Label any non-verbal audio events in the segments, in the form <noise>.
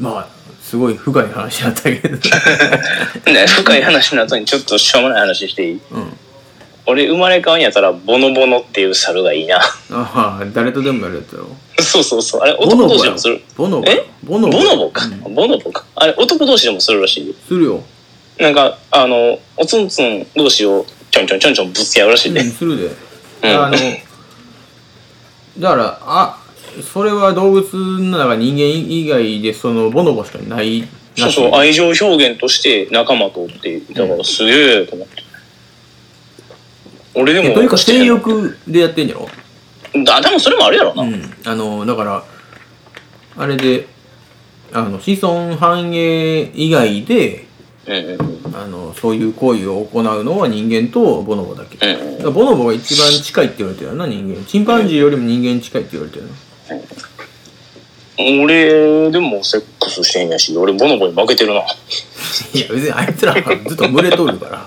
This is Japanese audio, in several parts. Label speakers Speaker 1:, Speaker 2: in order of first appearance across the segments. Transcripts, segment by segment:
Speaker 1: まあすごい深い話だったけ
Speaker 2: <laughs>
Speaker 1: ど
Speaker 2: ね深い話の後にちょっとしょうもない話していい
Speaker 1: うん
Speaker 2: 俺生まれ変わんやったらボノボノっていう猿がいいな <laughs>
Speaker 1: ああ誰とでもやるやつだろ
Speaker 2: そうそうそうあれ男同士でもする
Speaker 1: ボノボ
Speaker 2: え
Speaker 1: ボノ
Speaker 2: ボ
Speaker 1: ボ
Speaker 2: ノボか、
Speaker 1: うん
Speaker 2: ボノボかあれ男同士でもするらしいよ
Speaker 1: するよ、
Speaker 2: なんかあのおつんつん同士をちょんちょんちょんちょんぶつけ合うらし
Speaker 1: う
Speaker 2: い
Speaker 1: ん、
Speaker 2: で、
Speaker 1: するで
Speaker 2: うん
Speaker 1: あのだからあそれは動物の中人間以外でそのボノボしかない
Speaker 2: そうそう愛情表現として仲間とってだからすげえと思って、俺で
Speaker 1: え
Speaker 2: も
Speaker 1: というか性欲でやってんじゃろ
Speaker 2: あでもそれもあるやろな、
Speaker 1: うんあのだからあれであの子孫繁栄以外で
Speaker 2: うんうんうん
Speaker 1: あのそういう行為を行うのは人間とボノボだけ、
Speaker 2: うん
Speaker 1: だからボノボが一番近いって言われてるよな人間チンパンジーよりも人間に近いって言われてるな
Speaker 2: うん、俺でもセックスしてんやし俺ボノボに負けてるない
Speaker 1: や別にあいつらはずっと群れとるから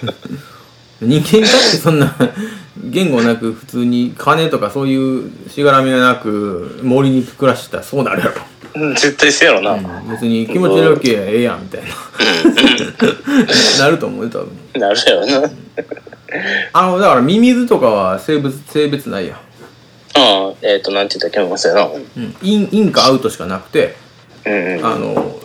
Speaker 1: <laughs> 人間だってそんな言語なく普通に金とかそういうしがらみがなく森に暮らしてたらそうなるやろ、
Speaker 2: うん絶対せやろな、
Speaker 1: うん別に気持ち悪けりゃええやんみたいななると思うよ多分
Speaker 2: なるやろな
Speaker 1: あのだからミミズとかは性別性別ないやん
Speaker 2: ああえっ、となんて言ったっけもせやなうん
Speaker 1: うん、インインかアウトしかなくて
Speaker 2: うん
Speaker 1: あの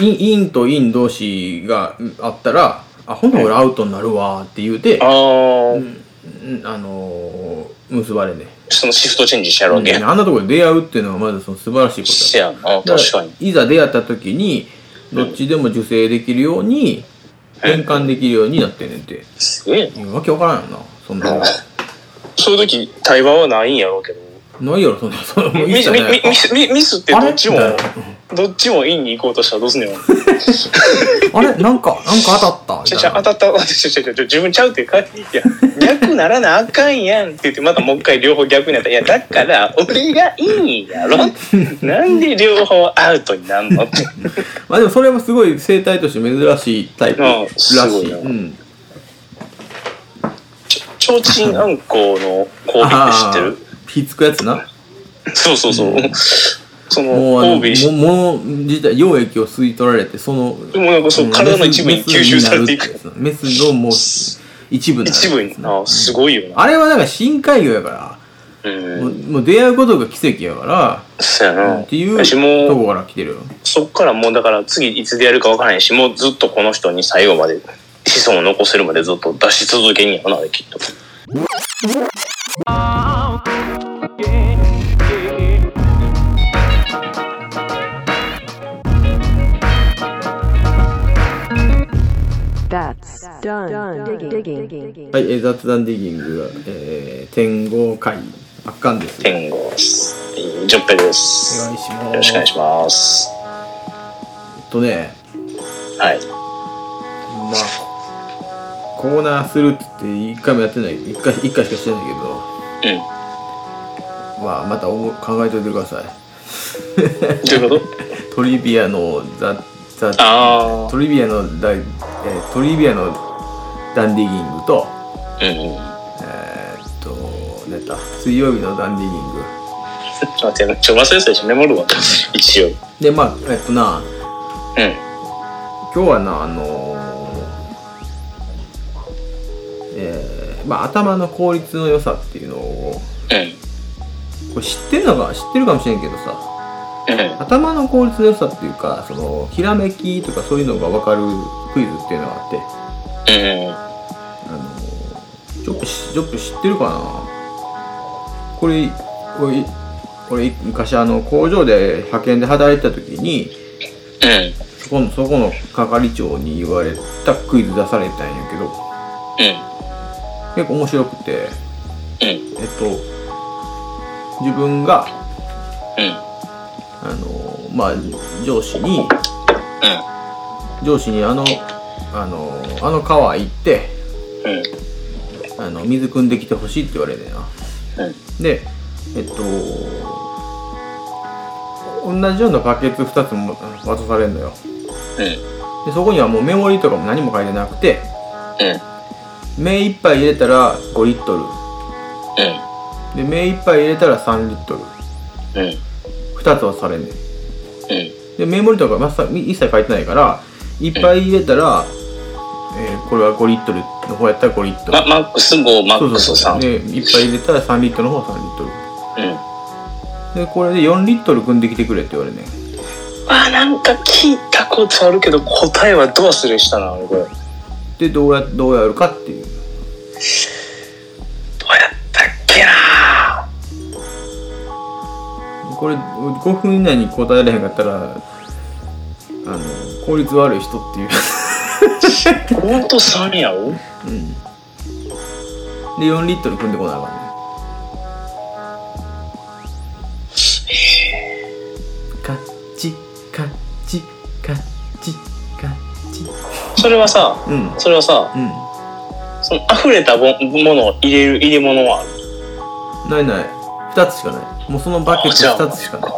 Speaker 1: インインとイン同士がうんあったら「あほんと俺アウトになるわ」って言うて、
Speaker 2: ああ、
Speaker 1: うんあのー結ばれね
Speaker 2: そのシフトチェンジしてやるわけや、
Speaker 1: うんあんなところで出会うっていうのはまずその素晴らしいこと
Speaker 2: せやな確
Speaker 1: だ
Speaker 2: か
Speaker 1: だ
Speaker 2: に
Speaker 1: いざ出会った時にどっちでも受精できるように変換できるようになってんねんて、
Speaker 2: すげえな
Speaker 1: わけわからんよなそんなの
Speaker 2: そういう時対話はないんやろうけど
Speaker 1: ないやろそんなそんなもう
Speaker 2: ミ
Speaker 1: いい
Speaker 2: ス
Speaker 1: じゃ
Speaker 2: ミ
Speaker 1: ない
Speaker 2: ミミスミミスってどっちも
Speaker 1: あれ
Speaker 2: どっちもインに行こうとしたらどうすんねんよ
Speaker 1: あれなんかなんか当たったみ
Speaker 2: ち
Speaker 1: た
Speaker 2: ゃ
Speaker 1: い
Speaker 2: ちゃ
Speaker 1: な
Speaker 2: 当たった <laughs> ちゃちゃちゃ自分ちゃうって帰っていや逆ならなあかんやんって言ってまたもう一回両方逆になったらいやだから俺がイン
Speaker 1: <laughs>
Speaker 2: やろなんで両方アウトになんのって
Speaker 1: まあでもそれもすごい生態として珍しいタイプ
Speaker 2: あ
Speaker 1: ら
Speaker 2: あ
Speaker 1: し
Speaker 2: すごい
Speaker 1: い、
Speaker 2: な
Speaker 1: うん、
Speaker 2: ちょうちんあんこうの交尾って知ってる
Speaker 1: ああひっつくやつな
Speaker 2: そうそうそう。その
Speaker 1: もうあの
Speaker 2: 交尾し
Speaker 1: も物自体溶液を吸い取られてその
Speaker 2: でもなんかそう体の一部に吸収されていく。
Speaker 1: メスのもう一部になる
Speaker 2: 一部にな、すごいよな。
Speaker 1: あれはなんか深海魚やか
Speaker 2: う
Speaker 1: ら
Speaker 2: ん
Speaker 1: もう。もう出会うことが奇跡やか
Speaker 2: そうや
Speaker 1: ら
Speaker 2: な。
Speaker 1: っていう
Speaker 2: 私
Speaker 1: とこ
Speaker 2: も、
Speaker 1: から来てるよ
Speaker 2: そっからもうだから次いつでやるかわからへんし、もうずっとこの人に最後まで子孫を残せるまでずっと出し続けんやろな、あれきっと。
Speaker 3: That's done, digging, digging, digging.
Speaker 1: はいえー雑談ディギング、えー、天狗会圧巻ですお願
Speaker 2: 天狗です。ジョッペです。
Speaker 1: いします
Speaker 2: よろしくお願いします。
Speaker 1: えっとね
Speaker 2: はい。
Speaker 1: まあコーナーするっつって一回もやってない一回一回しかしてないけど
Speaker 2: うん。
Speaker 1: まあまた思う考えておいてください
Speaker 2: どういうこと
Speaker 1: トリビアのザザ
Speaker 2: あ
Speaker 1: トリビアのダイ、えートリビアのダンディギングと
Speaker 2: あ。うん。
Speaker 1: えーっと何だ水曜日のダンディギング
Speaker 2: 待って、ちょ、忘れてたでしょ、メモるわ。一応。うん。
Speaker 1: でまあえっとな今日はなあのーえーまあ頭の効率の良さっていうのを
Speaker 2: うん。
Speaker 1: これ知ってるのか知ってるかもしれんけどさ
Speaker 2: うん。
Speaker 1: 頭の効率の良さっていうかそのひらめきとかそういうのが分かるクイズっていうのがあって
Speaker 2: うん。
Speaker 1: あのジョップしジョップ知ってるかなこれこれこれ昔あの工場で派遣で働いてた時に
Speaker 2: うん。
Speaker 1: そこのそこの係長に言われたクイズ出されたんやけど
Speaker 2: う
Speaker 1: 結構面白くて
Speaker 2: ん。うん。
Speaker 1: えっと自分が
Speaker 2: うん。
Speaker 1: あのまあ上司に
Speaker 2: う
Speaker 1: 上司にあのあのあの川行って
Speaker 2: ん。うん。
Speaker 1: あの水汲んできてほしいって言われるな
Speaker 2: うん。
Speaker 1: でえっと同じようなバケツ2つも渡されるのよ
Speaker 2: うん。
Speaker 1: でそこにはもうメモリーとかも何も書いてなくて
Speaker 2: うん。
Speaker 1: 目一杯入れたら5リットル
Speaker 2: うん。
Speaker 1: で目一杯入れたら3リットル
Speaker 2: うん。
Speaker 1: 2つ渡されんねん
Speaker 2: うん。
Speaker 1: でメモリとかまさ一切書いてないからいっぱい入れたら、えーこれは5リットルの方やったら5リットル、
Speaker 2: まマックス5、マックス3。
Speaker 1: でいっぱい入れたら3リットルの方3リット
Speaker 2: うん。
Speaker 1: ルでこれで4リットル組んできてくれって言われるね
Speaker 2: あ、なんか聞いたことあるけど、答えはどうするしたな、俺これ。どうや
Speaker 1: でどうやどうやるかっていう
Speaker 2: ったっけな
Speaker 1: これ5分以内に答えられへんかったらあの効率悪い人っていう
Speaker 2: 5と3やろ
Speaker 1: うんで4リットル組んでこなあかんねカッチカッチカッチカッチ
Speaker 2: それはさ、
Speaker 1: うん
Speaker 2: それはさ、
Speaker 1: うん
Speaker 2: その溢れたもものを入れる入れ物はある
Speaker 1: ないない2つしかないもうそのバケツ2つしかない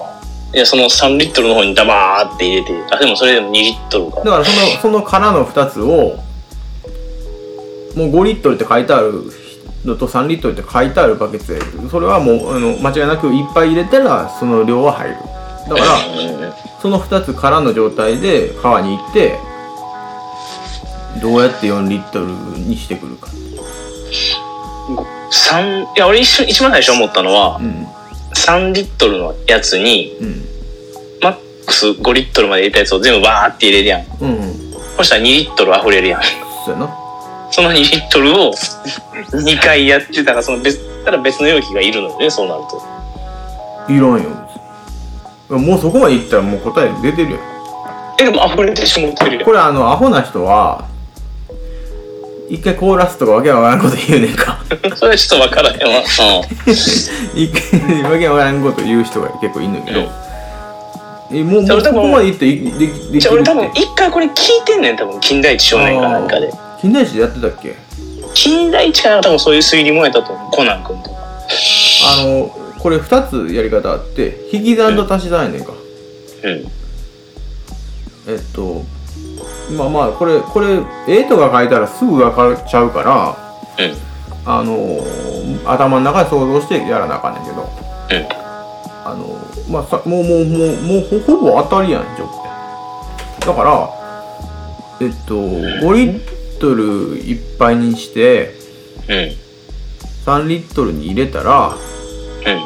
Speaker 2: いや、その3リットルの方にダバーって入れて、あ、でもそれでも2リットルか。
Speaker 1: だからそのその空の2つをもう5リットルって書いてあるのと3リットルって書いてあるバケツでそれはもうあの間違いなくいっぱい入れたらその量は入るだから
Speaker 2: うん
Speaker 1: その2つ空の状態で川に行ってどうやって4リットルにしてくるか
Speaker 2: 三いや、俺一緒一番最初思ったのは
Speaker 1: う、ん
Speaker 2: 3リットルのやつに、
Speaker 1: うん
Speaker 2: マックス5リットルまで入れたやつを全部バーって入れるやん。
Speaker 1: うんうん
Speaker 2: そしたら2リットル溢れるやん。
Speaker 1: そうやな
Speaker 2: その2リットルを2回やってたら、その別、たら別の容器がいるのよね、そうなると。
Speaker 1: いらんよ別にもうそこまで行ったらもう答え出てるよ
Speaker 2: え、でも溢れてしまってるやん。
Speaker 1: これあのアホな人は一回コーラスとかわけわからんこと言うねん
Speaker 2: <laughs>
Speaker 1: か
Speaker 2: それはちょっとわからへんわ。 <laughs> う
Speaker 1: 一回わけわからんこと言う人が結構いるんだけど、
Speaker 2: うん
Speaker 1: えもう
Speaker 2: じゃ
Speaker 1: もう
Speaker 2: あ俺
Speaker 1: そ
Speaker 2: 多分
Speaker 1: こまでいっていできでき
Speaker 2: ん。じゃあ
Speaker 1: るっ
Speaker 2: 俺
Speaker 1: て
Speaker 2: 多分一回これ聞いてんねん、多分。金田一少年かなんかで
Speaker 1: あ。ー近代史でやってたっけ
Speaker 2: 金田一かなんか多分そういう推理もやったと思う。コナン君とか。
Speaker 1: あのこれ2つやり方あって引き算と足し算やねんか、
Speaker 2: うん。
Speaker 1: えっとまあまあこれこれ絵とか描いたらすぐ分かっちゃうから
Speaker 2: うん。
Speaker 1: あの頭の中で想像してやらなあかんねんけど
Speaker 2: うん。
Speaker 1: あのまあさもうもうもうもうほほぼ当たりやんじゃんだからえっと5リットルいっぱいにして
Speaker 2: うん。
Speaker 1: 3リットルに入れたら
Speaker 2: うん。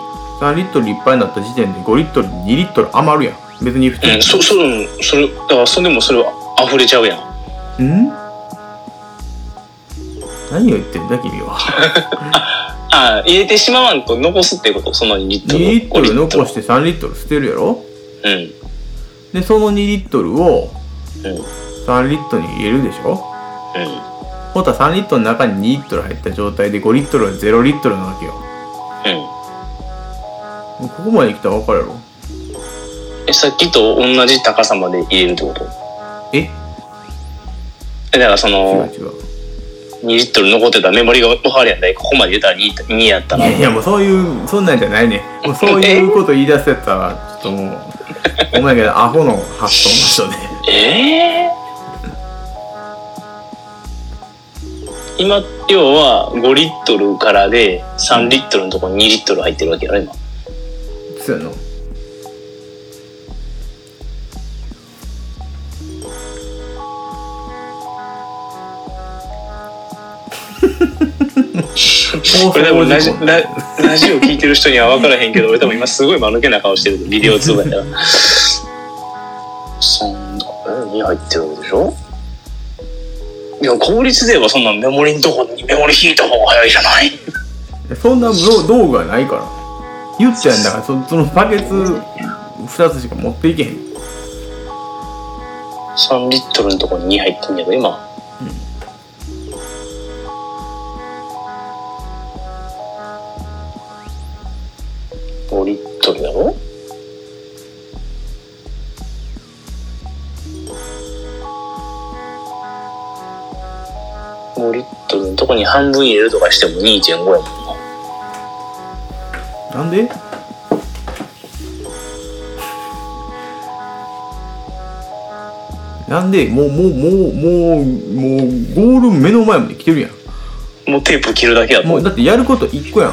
Speaker 1: 3リットルいっぱいになった時点で5リットル2リットル余るやん別に普通
Speaker 2: うん、そ、そ、うんそれ、だから、それでもそれは溢れちゃうやん。
Speaker 1: ん何を言ってんだ君は
Speaker 2: あ入れてしまわんと残すってこと、その2リット
Speaker 1: 2
Speaker 2: ル。
Speaker 1: リットル残
Speaker 2: し
Speaker 1: して3リットル捨てるやろ
Speaker 2: うん。
Speaker 1: でその2リットルを
Speaker 2: うん。うん。
Speaker 1: 3リットルに入れるでしょほた3リットルの中に2リットル入った状態で5リットルは0リットルなわけよ
Speaker 2: うん。
Speaker 1: もうここまで来たら分かるやろ
Speaker 2: え、さっきと同じ高さまで入れるってこと
Speaker 1: え
Speaker 2: え、だからそ
Speaker 1: 違う
Speaker 2: の、
Speaker 1: 違う
Speaker 2: 2リットル残ってたメモリが分かるやんだここまで入れたら 2, 2やった
Speaker 1: い
Speaker 2: ら。
Speaker 1: やいやもうそういうそんなんじゃないねもうそういうこと言い出せたらちょっともうお前がアホの発想の人で
Speaker 2: ええ今、要は5リットルからで3リットルのとこに2リットル入ってるわけやろ、今。
Speaker 1: <laughs> そうやな
Speaker 2: これ多分ラジララジオ聞いてる人には分からへん <laughs> けど俺多分今すごい間抜けな顔してるビデオ通話やからそんなえに入ってるわけでしょいや効率で言えばそんなメモリのとこにメモリ引いた方が早いじゃない
Speaker 1: そんな道道具がないから言っちゃうんだからそそのバケツ2つしか持っていけへん
Speaker 2: 3リットルのとこに2入ってんやけど今5リットルやろ5リットルのとこに半分入れるとかしても2.5やもんな
Speaker 1: なんでなんでもうもうもうもうもうゴール目の前まで来てるやん
Speaker 2: もうテープ切るだけやと
Speaker 1: もうだってやること1個やん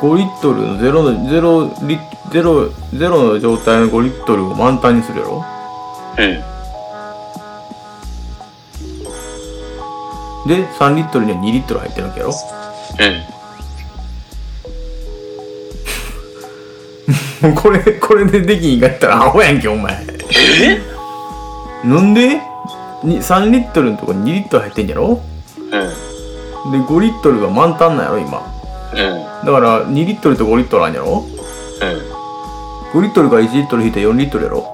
Speaker 1: 5リットルのゼロのゼロリゼロゼロの状態の5リットルを満タンにするやろ
Speaker 2: うん。
Speaker 1: で3リットルには2リットル入ってるわけやろ
Speaker 2: う
Speaker 1: も
Speaker 2: ん。
Speaker 1: う <laughs> これこれでできんかったらアホやんけお前
Speaker 2: え
Speaker 1: なんでに3リットルのとこに2リットル入ってんやろ
Speaker 2: うん。
Speaker 1: で5リットルが満タンなんやろ今
Speaker 2: うん。
Speaker 1: だから2リットルと5リットルあんやろ
Speaker 2: うん。
Speaker 1: 5リットルから1リットル引いて4リットルやろ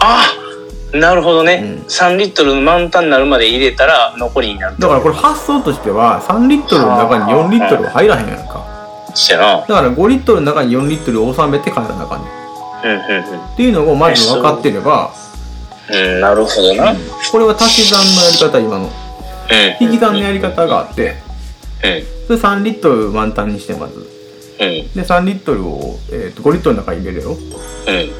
Speaker 2: あなるほどね、
Speaker 1: うん
Speaker 2: 3リットルの満タンになるまで入れたら残りになる
Speaker 1: だからこれ発想としては3リットルの中に4リットルは入らへんやんか
Speaker 2: してな
Speaker 1: だから5リットルの中に4リットルを収めて帰らなあかんねんっ
Speaker 2: うんうん
Speaker 1: ていうのをまず分かってれば
Speaker 2: うんうんなるほどなうん
Speaker 1: これは足し算のやり方今の引き算のやり方があって
Speaker 2: う
Speaker 1: それ3リットル満タンにしてまず
Speaker 2: んうん
Speaker 1: で3リットルを、えー、と5リットルの中に入れるやろ
Speaker 2: うん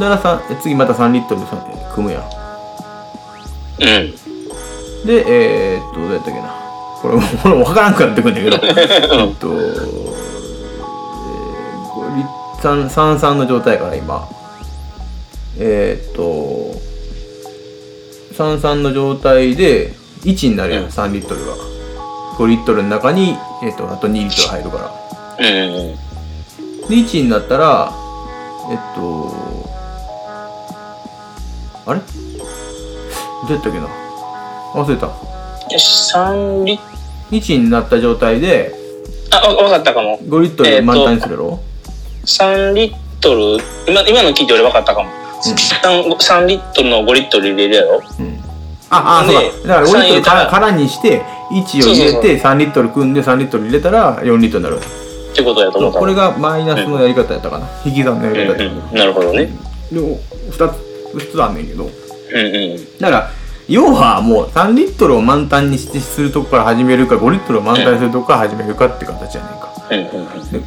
Speaker 1: だから3次また3リットルさ組むやん
Speaker 2: うん
Speaker 1: でえー、っとどうやったっけなこれもこれも <laughs> 分からんくなってくるんだけど
Speaker 2: <laughs>
Speaker 1: えっと、えー、3三三の状態から今えー、っと三三の状態で1になるやん、
Speaker 2: うん
Speaker 1: 3リットルが5リットルの中に、えー、っとあと2リットル入るから
Speaker 2: うんうん
Speaker 1: で1になったらえっとあれどうやったっけな忘れた
Speaker 2: よし3リッ
Speaker 1: 1になった状態で
Speaker 2: あわわかったかも
Speaker 1: 5リットル満タンにするやろ、
Speaker 2: 3リットル今今の聞いて俺分かったかも、三3リットルの5リットル入れるやろ
Speaker 1: うんああそう
Speaker 2: で
Speaker 1: かだから5リットルか
Speaker 2: 3入れたら
Speaker 1: 空にして1を
Speaker 2: そ
Speaker 1: 入れ
Speaker 2: うそ
Speaker 1: て3リットル組んで3リットル入れたら4リットルになる
Speaker 2: ってことやと思った
Speaker 1: これがマイナスのやり方やったかな引き算のやり
Speaker 2: うん
Speaker 1: 方やっ
Speaker 2: うんなるほどね
Speaker 1: たでも2つ2つあんねんけど
Speaker 2: うんうん
Speaker 1: だから要はもう3リットルを満タンにしてするとこから始めるか5リットルを満タンにするとこから始めるかって形やねんか
Speaker 2: うんうん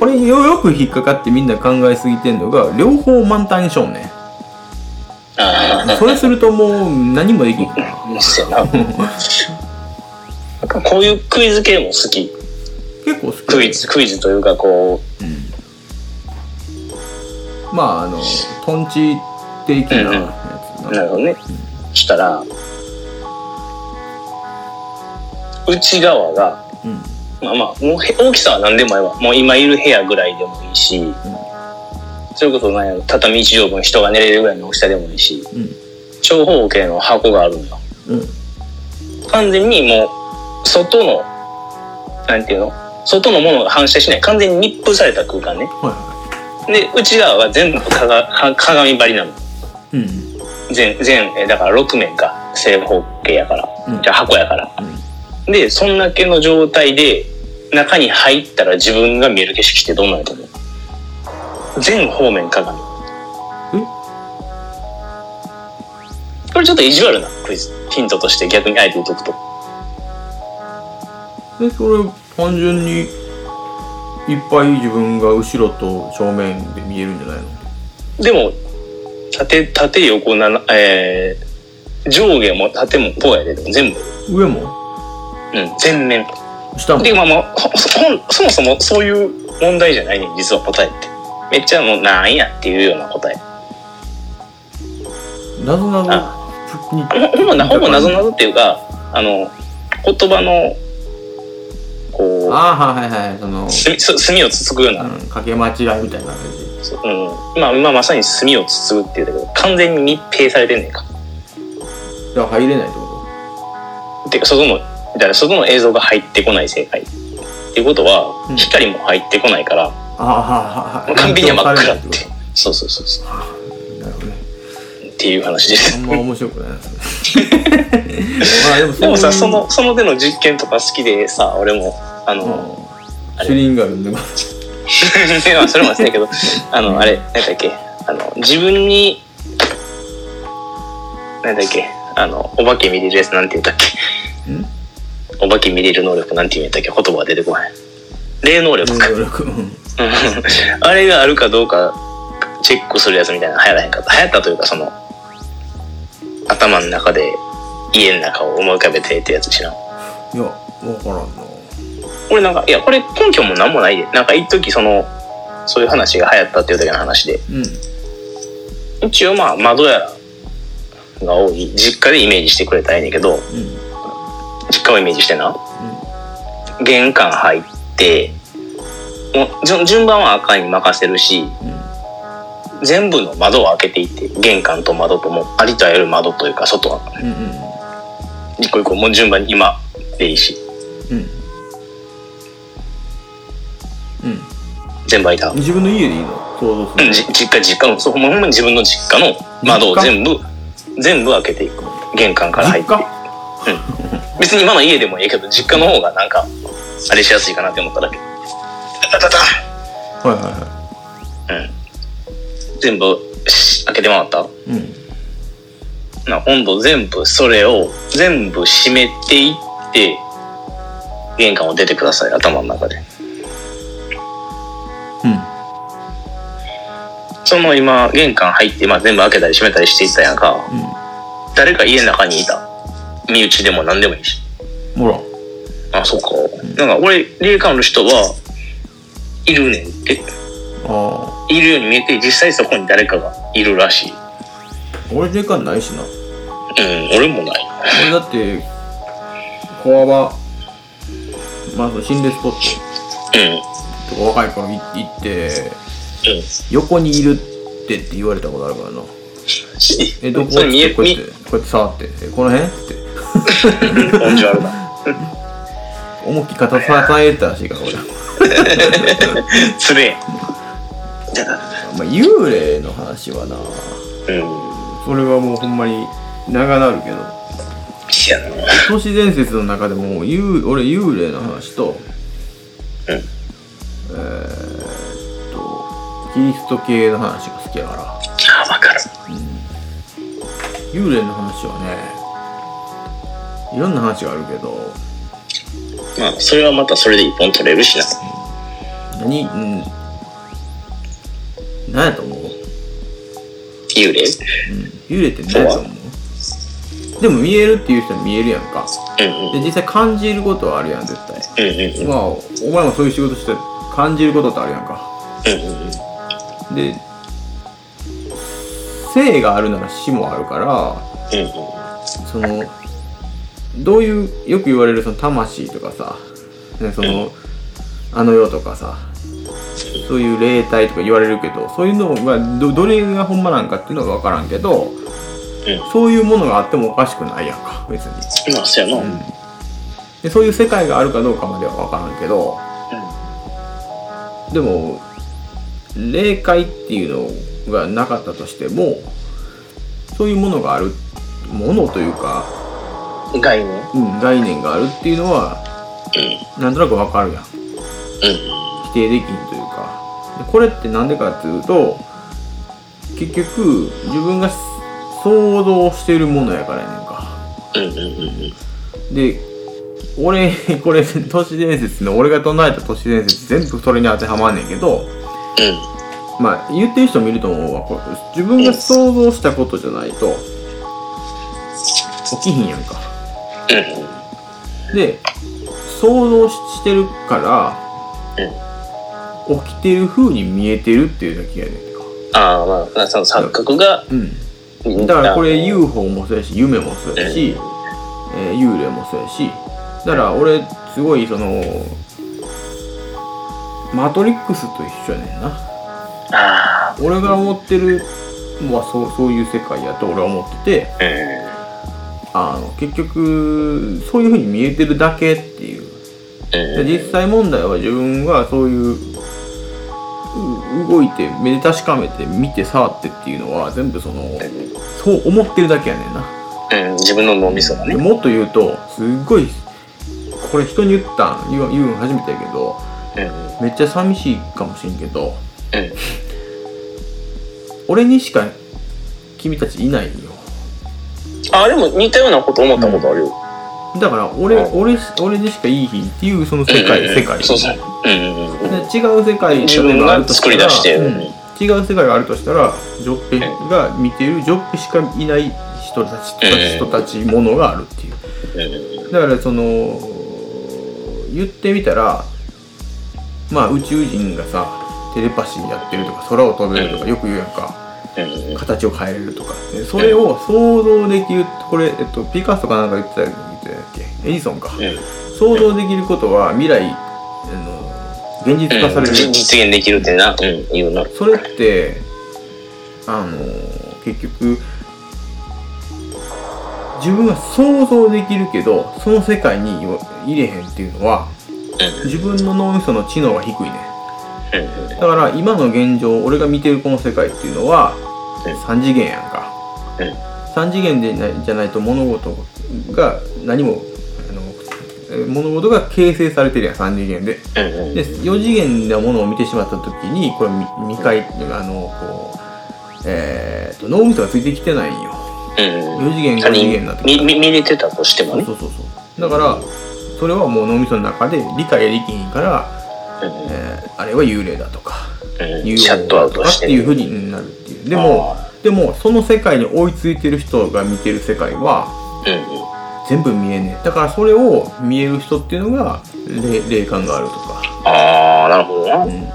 Speaker 1: これよよく引っかかってみんな考えすぎてんのが両方満タンにしよんねん
Speaker 2: ああ
Speaker 1: それするともう何もできんから
Speaker 2: そうやなこういうクイズ系も好き
Speaker 1: 結構好き
Speaker 2: クイズクイズというかこ
Speaker 1: まああのトンチ的なやつ
Speaker 2: うなるほどねしたら内側が
Speaker 1: うん
Speaker 2: まあまあもうへ大きさは何でもええわもう今いる部屋ぐらいでもいいし、それこそなんやろ畳一畳分人が寝れるぐらいの大きさでもいいし長方形の箱があるんよ
Speaker 1: うんうん
Speaker 2: 完全にもう外のなんていうの外のものが反射しない完全に密封された空間ね
Speaker 1: は
Speaker 2: で内側は全部かが <laughs> か鏡張りなの
Speaker 1: いうん
Speaker 2: 全全えだから6面か正方形やから、
Speaker 1: うん
Speaker 2: じゃあ箱やから
Speaker 1: う
Speaker 2: でそんだけの状態で中に入ったら自分が見える景色ってどんなんやと思う全方面鏡
Speaker 1: ん
Speaker 2: これちょっと意地悪なクイズヒントとして逆にあえて言っとくと
Speaker 1: んでそれ単純にいっぱい自分が後ろと正面で見えるんじゃないの
Speaker 2: でも縦縦横ななえー上下も縦もこうやででも全部
Speaker 1: 上も
Speaker 2: うん全面
Speaker 1: 下も
Speaker 2: でまあまあほほんそもそもそういう問題じゃないねん実は答えってめっちゃもうなんやっていうような答え
Speaker 1: なぞなぞに
Speaker 2: ほほぼなほぼ謎ぞっていうかあの言葉のこ
Speaker 1: ああはいはいはいその
Speaker 2: う墨す墨をつつくような、
Speaker 1: うんかけ間違いみたいな感じ
Speaker 2: そうん、まあ今まさに墨をつつくっていうだけど完全に密閉されてんねんか
Speaker 1: じゃあ入れないってこ
Speaker 2: てか外のだから外の映像が入ってこない正解っていうことは、
Speaker 1: うん
Speaker 2: 光も入ってこないから
Speaker 1: とああはいはい
Speaker 2: 完璧には真っ暗って
Speaker 1: こ
Speaker 2: そうそうそうそ
Speaker 1: となるほどね
Speaker 2: うっていう話で
Speaker 1: あ
Speaker 2: す
Speaker 1: んま面白くないなそれまあでも
Speaker 2: でも
Speaker 1: う
Speaker 2: さ
Speaker 1: いう
Speaker 2: そのその手の実験とか好きでさ俺もあ <laughs> の、
Speaker 1: うんシュリンガルの
Speaker 2: でまあそれもそうやけどあのあれ何だっけあの自分に何だっけあのお化け見れるやつなんて言ったっ
Speaker 1: ん
Speaker 2: けお化け見れる能力なんて言うんやったっけ言葉が出てこない霊能力か
Speaker 1: 能力うん
Speaker 2: うん <laughs> あれがあるかどうかチェックするやつみたいなの流行らへんかった流行ったというかその頭の中で家の中を思い浮かべてってやつしない
Speaker 1: や、わからんな。
Speaker 2: 俺なんか、いや、これ根拠もなんもないで。なんか一時その、そういう話が流行ったっていうだけの話で。
Speaker 1: うん
Speaker 2: 一応まあ、窓やらが多い。実家でイメージしてくれたらいいねんけど、
Speaker 1: うん
Speaker 2: 実家をイメージしてな。玄関入って、もう順順番は赤に任せるし、
Speaker 1: うん
Speaker 2: 全部の窓を開けていって、玄関と窓ともうありとあらゆる窓というか、外は
Speaker 1: うん
Speaker 2: 一個一個もう順番に今でいいし、
Speaker 1: うんうんうん
Speaker 2: 全部開いた。
Speaker 1: 自分の家でいいの想像す
Speaker 2: う
Speaker 1: る
Speaker 2: ん、じ実家実家のそうほんまに自分の実家の窓を全部全部開けていく玄関から入っ
Speaker 1: 実
Speaker 2: て
Speaker 1: 家
Speaker 2: 別に今の家でもいいけど実家の方がなんかあれしやすいかなって思っただけタタタ
Speaker 1: はいはいは
Speaker 2: タうん全部し開けてもらった
Speaker 1: いうん
Speaker 2: な今度全部それを全部閉めていって玄関を出てください頭の中で
Speaker 1: うん
Speaker 2: その今玄関入って、まあ、全部開けたり閉めたりしていったやんか
Speaker 1: うん
Speaker 2: 誰か家の中にいた身内でも何でもいいし
Speaker 1: ほら
Speaker 2: あ、そうか。なんか俺、霊感の人は、いるねんって、
Speaker 1: ああ
Speaker 2: いるように見えて、実際そこに誰かがいるらしい。
Speaker 1: 俺霊感ないしな
Speaker 2: うん、俺もない。
Speaker 1: 俺だってコアバまあその心霊スポッ
Speaker 2: うん、
Speaker 1: トとか若い頃い行って
Speaker 2: うん。
Speaker 1: 横にいるってって言われたことあるからなえどこ
Speaker 2: それ見
Speaker 1: って
Speaker 2: え、
Speaker 1: こうやっ
Speaker 2: 見
Speaker 1: てこうやって触ってえこの辺って
Speaker 2: 根性あるな。
Speaker 1: 思いっきり肩支えたらしいから俺
Speaker 2: つれ
Speaker 1: まあ、幽霊の話はな
Speaker 2: え。うん。
Speaker 1: それはもうほんまに長なるけど
Speaker 2: いやな。
Speaker 1: 都市伝説の中でも幽俺幽霊の話と、
Speaker 2: うん
Speaker 1: えーっとキリスト系の話が好きやから
Speaker 2: あ、わかる。
Speaker 1: 幽霊の話はねいろんな話があるけど
Speaker 2: まあ、それはまたそれで一本取れるしな。
Speaker 1: 何うん何やと思う、
Speaker 2: 幽霊
Speaker 1: うん、幽霊って何やと思うでも見えるっていう人は見えるやんか
Speaker 2: うんうん。
Speaker 1: で実際感じることはあるやん絶対
Speaker 2: うんうん
Speaker 1: まあお前もそういう仕事して感じることってあるやんか
Speaker 2: うんうんうん。
Speaker 1: で生があるなら死もあるから
Speaker 2: うん
Speaker 1: そのどういうよく言われるその魂とかさ、ね、そのあの世とかさそういう霊体とか言われるけどそういうのがどどれがほんまなんかっていうのは分からんけど、そういうものがあってもおかしくないやんか別に。
Speaker 2: うん。まあ、そうやな。うん。
Speaker 1: でそういう世界があるかどうかまでは分からんけど、でも霊界っていうのがなかったとしてもそういうものがあるものというか、
Speaker 2: 概念。
Speaker 1: うん、概念があるっていうのはなんとなく分かるやん
Speaker 2: うん。
Speaker 1: 否定できんというかでこれって何でかっていうと結局自分が想像してるものやからやねんか。
Speaker 2: うんうんうんうん。
Speaker 1: で俺これ都市伝説の俺が唱えた都市伝説全部それに当てはまんねんけどまあ言ってる人もいると思うわこれ自分が想像したことじゃないと起きひんやんか
Speaker 2: うんうん。
Speaker 1: で想像してるから起きてる風に見えてるっていうだけやねんか
Speaker 2: ああ、まあ、まあその錯覚が、
Speaker 1: うんだからこれ UFO もそうやし夢もそうやし、えー幽霊もそうやしだから俺すごいそのマトリックスと一緒やねんな
Speaker 2: あ
Speaker 1: 俺が思ってるのはそうそういう世界やと俺は思ってて
Speaker 2: あ、
Speaker 1: あ
Speaker 2: うん。
Speaker 1: の結局そういう風に見えてるだけっていうで実際問題は自分がそういうう動いて目で確かめて見て触ってっていうのは全部そのそう思ってるだけやねんな
Speaker 2: うん、自分の脳みそがね。
Speaker 1: もっと言うとすっごいこれ人に言ったん言う言うの初めてやけど
Speaker 2: うん、うん、
Speaker 1: めっちゃ寂しいかもしんけど
Speaker 2: うん。
Speaker 1: 俺にしか君たちいないよ
Speaker 2: あ、でも似たようなこと思ったことあるよ。
Speaker 1: だから俺、
Speaker 2: うん
Speaker 1: 俺俺にしかいい日っていうその世界、
Speaker 2: うん
Speaker 1: 世界
Speaker 2: そうそう。うん、うん、うん。
Speaker 1: で違う世界
Speaker 2: 自分
Speaker 1: 例えばあると
Speaker 2: が
Speaker 1: た
Speaker 2: 作
Speaker 1: ら
Speaker 2: り出して、
Speaker 1: う
Speaker 2: うんん、
Speaker 1: 違う世界があるとしたらジョッペが見ているジョッペしかいない人たち、
Speaker 2: うん
Speaker 1: 人たちものがあるっていう
Speaker 2: うん、
Speaker 1: だからその言ってみたらまあ宇宙人がさテレパシーやってるとか空を飛べるとかよく言うやんか
Speaker 2: うん
Speaker 1: 形を変えれるとかでそれを想像できるこれ、えっと、ピカソかなんか言ってた言ってたっけエジソンか
Speaker 2: うん
Speaker 1: 想像できることは未来あの現実化される、
Speaker 2: じ実現できるってな、うん、言うな。
Speaker 1: それってあの結局自分が想像できるけどその世界に入れへんっていうのは自分の脳みその知能が低いね
Speaker 2: うん
Speaker 1: だから今の現状俺が見てるこの世界っていうのは
Speaker 2: うん
Speaker 1: 3次元やんか
Speaker 2: うん
Speaker 1: 3次元でないじゃないと物事が何もあのえ物事が形成されてるやん3次元で
Speaker 2: うんうん
Speaker 1: で4次元のものを見てしまった時にこれみ未開あのこうえー、と脳みそがついてきてないんよ
Speaker 2: うんうん
Speaker 1: 4次元5
Speaker 2: 仮
Speaker 1: 次
Speaker 2: に
Speaker 1: 元になってき
Speaker 2: 見
Speaker 1: た
Speaker 2: 見見れてたとしても
Speaker 1: そう
Speaker 2: ね
Speaker 1: そうそうそうだからそれはもう脳みその中で理解できひんから、
Speaker 2: うんうん
Speaker 1: えーあれは幽霊だとか
Speaker 2: うん
Speaker 1: UFO
Speaker 2: シャットアウト
Speaker 1: だと
Speaker 2: し
Speaker 1: か
Speaker 2: て
Speaker 1: っていうふうになるっていうでも
Speaker 2: あ
Speaker 1: でもその世界に追いついてる人が見てる世界は
Speaker 2: うんうん
Speaker 1: 全部見えねえだからそれを見える人っていうのが霊霊感があるとか
Speaker 2: ああなるほどな、うん
Speaker 1: うん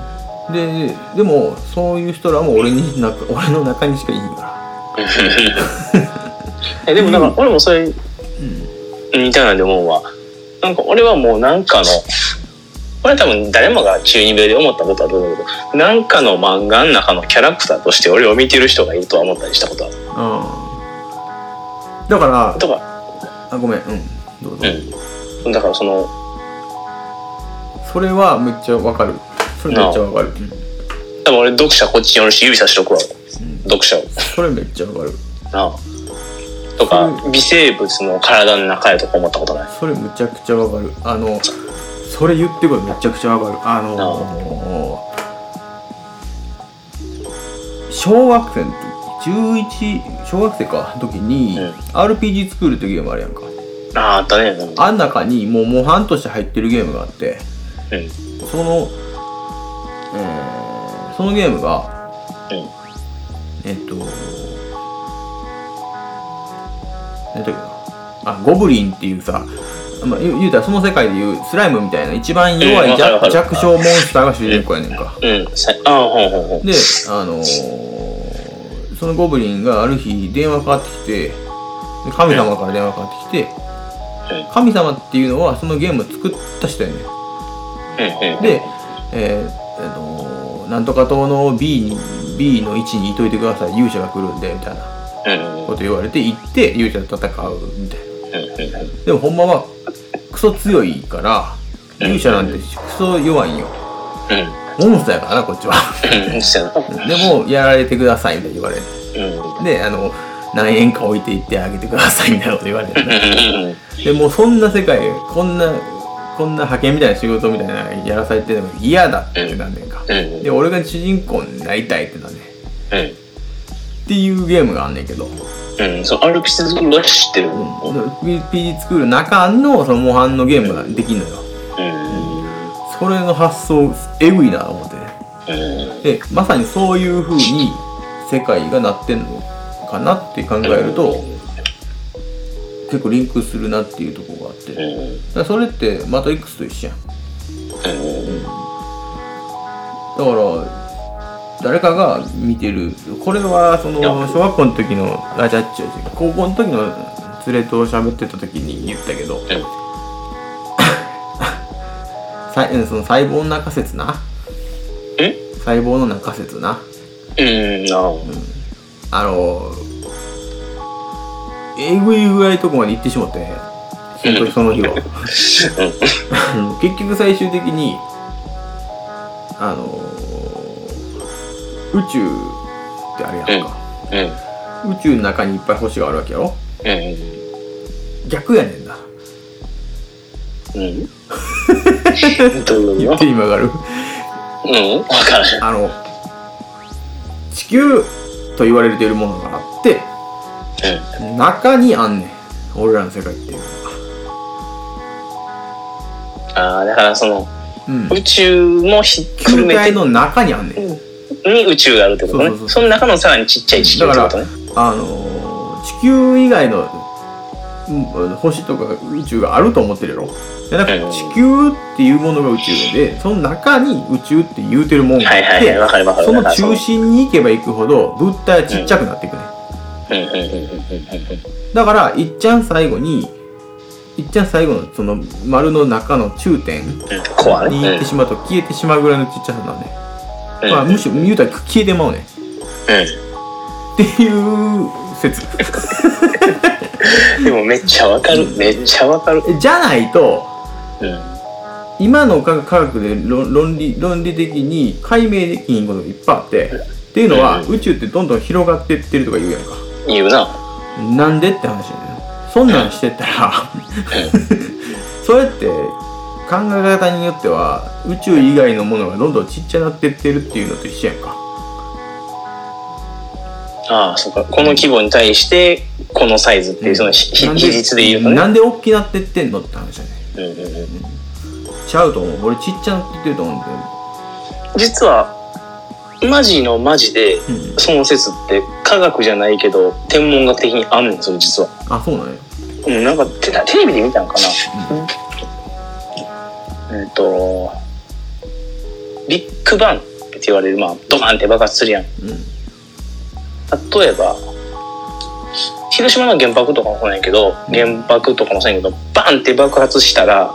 Speaker 1: ででもそういう人らも俺にな <laughs> 俺の中にしかいいんか
Speaker 2: <laughs> えでもなんか俺もそれみたいなんで思うわなんか俺はもうなんかのこれ多分誰もが中二病で思ったことあると思うけどなんかの漫画の中のキャラクターとして俺を見てる人がいるとは思ったりしたことある
Speaker 1: ら、うん、だから
Speaker 2: とか
Speaker 1: あごめんうんどうぞ、
Speaker 2: うんだからその
Speaker 1: それはめっちゃわかるそれめっちゃわかる、うん
Speaker 2: 多分俺読者こっちにおるし指さしとくわ読者を
Speaker 1: それめっちゃわかる
Speaker 2: なあとか微生物の体の中やとか思ったことない
Speaker 1: それむちゃくちゃわかるあのそれ言ってくるめちゃくちゃわかるあの小学生の時11小学生か時に、
Speaker 2: うん
Speaker 1: RPG 作るってゲームあるやんか
Speaker 2: あああったねうん
Speaker 1: あん中にもう模範として入ってるゲームがあってその、えーそのゲームが
Speaker 2: うん
Speaker 1: えっと何だっけなあゴブリンっていうさまあ、言う言うたらその世界でいうスライムみたいな一番弱い
Speaker 2: うんわかるわか
Speaker 1: 弱
Speaker 2: る
Speaker 1: 弱小モンスターが主人公やねんか。
Speaker 2: うんさああほうほうほう
Speaker 1: で、あのーそのゴブリンがある日電話かかってきてで神様から電話かかってきて
Speaker 2: うん
Speaker 1: 神様っていうのはそのゲームを作った人やねん
Speaker 2: うんうん
Speaker 1: で、えーあのーなんとか党の B, に B の位置にいといてください勇者が来るんでみたいな
Speaker 2: うんうん
Speaker 1: こと言われて行って勇者と戦うみたいな
Speaker 2: うんうん
Speaker 1: でもほんまはクソ強いから
Speaker 2: うん
Speaker 1: 勇者なんてクソ弱いんよ
Speaker 2: うん
Speaker 1: モンスターやからなこっちは <laughs>
Speaker 2: うんそうやな
Speaker 1: でもやられてくださいみたいな言われて
Speaker 2: うん
Speaker 1: であの何円か置いていってあげてくださいみたいなこと言われて
Speaker 2: <laughs>
Speaker 1: な
Speaker 2: うん
Speaker 1: でもうそんな世界こんなこんな派遣みたいな仕事みたいなのやらされてるのが嫌だってなんねんか
Speaker 2: うんうん
Speaker 1: で俺が主人公になりたいってなんねん
Speaker 2: うん
Speaker 1: っていうゲームがあんねんけど、
Speaker 2: うんそう RP 作るは知ってるうん
Speaker 1: うん、で PG 作る中のその模範のゲームができんのよそれの発想エグいなと思ってね
Speaker 2: うん
Speaker 1: でまさにそういう風に世界がなってんのかなって考えると結構リンクするなっていうところがあって
Speaker 2: う
Speaker 1: だか
Speaker 2: ん
Speaker 1: らそれってマトリックスと一緒やんだか
Speaker 2: うん
Speaker 1: ら誰かが見てるこれはその
Speaker 2: いや
Speaker 1: 小学校の時のあじゃあ違う違う高校の時の連れと喋ってた時に言ったけど
Speaker 2: うん
Speaker 1: さいその細胞の中説な
Speaker 2: え
Speaker 1: 細胞の中説な
Speaker 2: うんなあ
Speaker 1: あのえぐいぐらいとこまで行ってしまってその時その日は結局最終的にあの宇宙ってあれやんか、
Speaker 2: うんうん
Speaker 1: 宇宙の中にいっぱい星があるわけやろ
Speaker 2: うん
Speaker 1: 逆やねんな
Speaker 2: うんどういう
Speaker 1: 言
Speaker 2: こ
Speaker 1: って今がある
Speaker 2: とうんわからへん
Speaker 1: あの地球と言われているものがあって中にあんねん俺らの世界っていうのは
Speaker 2: ああだからその
Speaker 1: うん
Speaker 2: 宇宙もひっくる
Speaker 1: 球
Speaker 2: め
Speaker 1: 体
Speaker 2: て
Speaker 1: の中にあんねん
Speaker 2: に宇宙があるってこと
Speaker 1: そうそうそ
Speaker 2: ね
Speaker 1: う
Speaker 2: その中のさらにちっちゃい地球ってことね
Speaker 1: あのー地球以外のうん星とか宇宙があると思ってるやろじゃなくて地球っていうものが宇宙でその中に宇宙って言うてるもんがあっ
Speaker 2: はい
Speaker 1: て、
Speaker 2: はいはい、わかるわかる。
Speaker 1: その中心に行けば行くほど物体はちっちゃくなっていくね、
Speaker 2: うんうんうんうんうんうん
Speaker 1: だからいっちゃん最後にいっちゃん最後のその丸の中の中点に
Speaker 2: うん。コアね。
Speaker 1: 行ってしまうと消えてしまうぐらいのちっちゃさなんね、
Speaker 2: うん
Speaker 1: まあ、
Speaker 2: うん
Speaker 1: むしろ言うたら消えてまうねっていう説
Speaker 2: うんでもめっちゃわかる。めっちゃわかる。
Speaker 1: じゃないと
Speaker 2: うん。
Speaker 1: 今の科学で論論理論理的に解明できひんことがいっぱいあってっていうのは、
Speaker 2: う
Speaker 1: 宇宙ってどんどん広がってってるとか言うやんか
Speaker 2: 言うな。
Speaker 1: なんでって話やねんそんなんしてたら <laughs> それって考え方によっては宇宙以外のものがどんどんちっちゃなってってるっていうのと一緒やんか
Speaker 2: ああ、そうか。この規模に対して、このサイズっていう、そのひひ
Speaker 1: なん
Speaker 2: 比率で言うとね。
Speaker 1: なんで大きなってってんのって話やね
Speaker 2: うんうんうん
Speaker 1: んちゃうと思う俺ちっちゃなってってると思うんだよ
Speaker 2: 実は、マジのマジで、
Speaker 1: うん
Speaker 2: その説って科学じゃないけど天文学的にあんねんそれ実は。
Speaker 1: あそうなんや
Speaker 2: うん、なんかテテレビで見たんかな。えっ、とビッグバンって言われるまあドカンって爆発するやん。
Speaker 1: うん
Speaker 2: 例えば広島の原爆とかもそうなんやけど原爆とかもそうやけどバンって爆発したら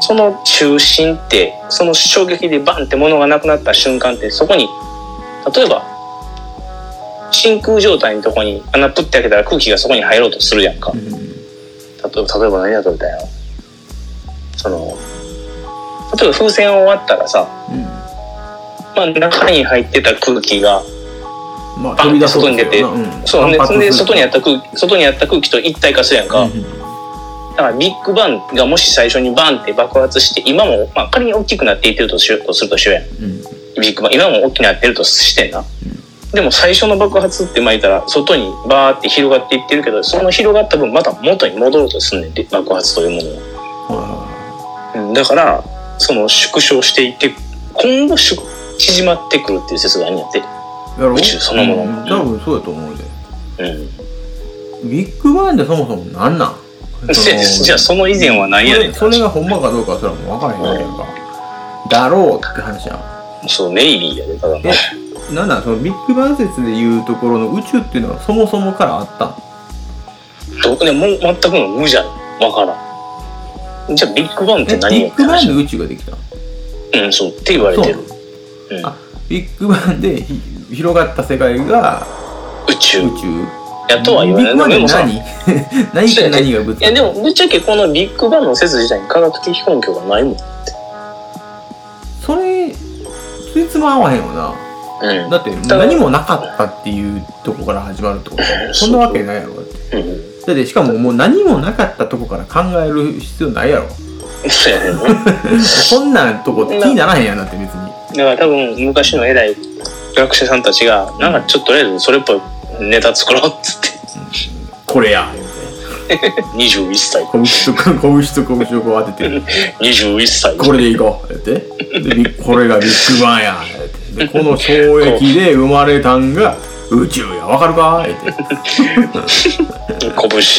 Speaker 2: その中心ってその衝撃でバンって物がなくなった瞬間ってそこに例えば真空状態のとこに穴プッて開けたら空気がそこに入ろうとするやんか。
Speaker 1: うんうん
Speaker 2: 例えば例えば何やったみたいなその例えば風船を割ったらさ、
Speaker 1: うん
Speaker 2: まあ、中に入ってた空気が
Speaker 1: まあ
Speaker 2: バン
Speaker 1: 飛び出そうとするよな
Speaker 2: 外
Speaker 1: うん
Speaker 2: そうで
Speaker 1: 反
Speaker 2: そ
Speaker 1: 発
Speaker 2: んです
Speaker 1: る
Speaker 2: 外にあった空気外にあった空気と一体化するやんか、
Speaker 1: うんうん
Speaker 2: だからビッグバンがもし最初にバンって爆発して今も、まあ、仮に大きくなっていってるとしようとするとしようやん
Speaker 1: うん
Speaker 2: ビッグバン今も大きくなってるとしてんな、でも最初の爆発ってまいたら外にバーって広がっていってるけどその広がった分また元に戻ろうとすんねんで爆発というものは。
Speaker 1: は
Speaker 2: うんだからその縮小していって今後縮縮まってくるっていう説があるんやって、
Speaker 1: いはいやろ
Speaker 2: 宇宙そのもの
Speaker 1: うん多分そうやと思うで
Speaker 2: うん
Speaker 1: ビッグバンってそもそもなんなんその
Speaker 2: <laughs> じゃあその以前は何やねんって
Speaker 1: それそ
Speaker 2: 話
Speaker 1: れがほんまかどうかはそれはもう分からへんやんかだろうって話
Speaker 2: <laughs>
Speaker 1: や
Speaker 2: そうネイビーやでただの
Speaker 1: えんなんなんそのビッグバン説でいうところの宇宙っていうのはそもそもからあったん
Speaker 2: どこねもう全くの無じゃんわからんじゃあビッグバンっ
Speaker 1: え
Speaker 2: て何よ
Speaker 1: ビ
Speaker 2: っ
Speaker 1: ッ
Speaker 2: て
Speaker 1: グバン
Speaker 2: 話
Speaker 1: で宇宙ができた
Speaker 2: うんそうって言われてる
Speaker 1: そう
Speaker 2: うん、
Speaker 1: あビッグバンでひ広がった世界が
Speaker 2: 宇宙
Speaker 1: 宇宙
Speaker 2: やとは言わない
Speaker 1: ビッグバン
Speaker 2: で
Speaker 1: で
Speaker 2: もさ
Speaker 1: 何 <laughs> 何から何がぶつ
Speaker 2: いやでもぶっちゃけこのビッグバンの説自体に科学的根拠がないもん、う
Speaker 1: それついつま合わへんよなんだって
Speaker 2: だ
Speaker 1: 何もなかったっていうとこから始まるってこと
Speaker 2: うん
Speaker 1: そんなわけないやろだって
Speaker 2: うん、
Speaker 1: <laughs> だってしかももう何もなかったとこから考える必要ないやろ
Speaker 2: そうやねんな
Speaker 1: そんなとこ気にならへんやんだって別に
Speaker 2: だから多分昔の偉い学者さんたちがなんかちょっととりあえずそれっぽいネタ作ろうっつって
Speaker 1: これや言うて
Speaker 2: 21歳
Speaker 1: 拳と拳と拳をこう当てて
Speaker 2: 21歳
Speaker 1: これでいこう言ってでびこれがビッグバンや言ってでこの衝撃で生まれたんが宇宙やわかるか言って
Speaker 2: 拳
Speaker 1: <laughs>